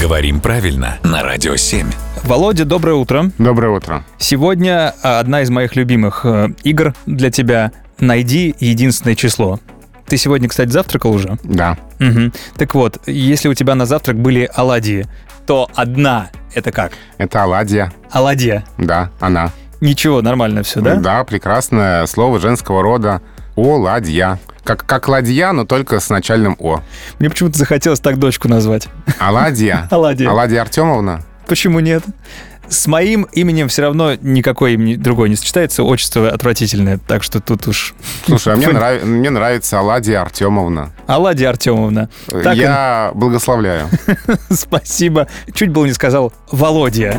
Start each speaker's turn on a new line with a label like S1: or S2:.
S1: Говорим правильно на Радио 7.
S2: Володя, доброе утро.
S3: Доброе утро.
S2: Сегодня а, одна из моих любимых э, игр для тебя «Найди единственное число». Ты сегодня, кстати, завтракал уже?
S3: Да.
S2: Мгм. Так вот, если у тебя на завтрак были оладьи, то одна — это как?
S3: Это оладья.
S2: Оладья.
S3: Да, она.
S2: Ничего, нормально все, да?
S3: прекрасное слово женского рода. Оладья. Как, как ладья, но только с начальным О.
S2: Мне почему-то захотелось так дочку назвать.
S3: Оладья.
S2: Оладья.
S3: Оладья Артемовна.
S2: Почему нет? С моим именем все равно никакое имя другое не сочетается, отчество отвратительное, так что тут уж...
S3: Слушай, а мне, нрав- мне нравится Оладья Артемовна.
S2: Оладья Артемовна. Так и-
S3: Я благословляю.
S2: Спасибо. Чуть было не сказал Володя.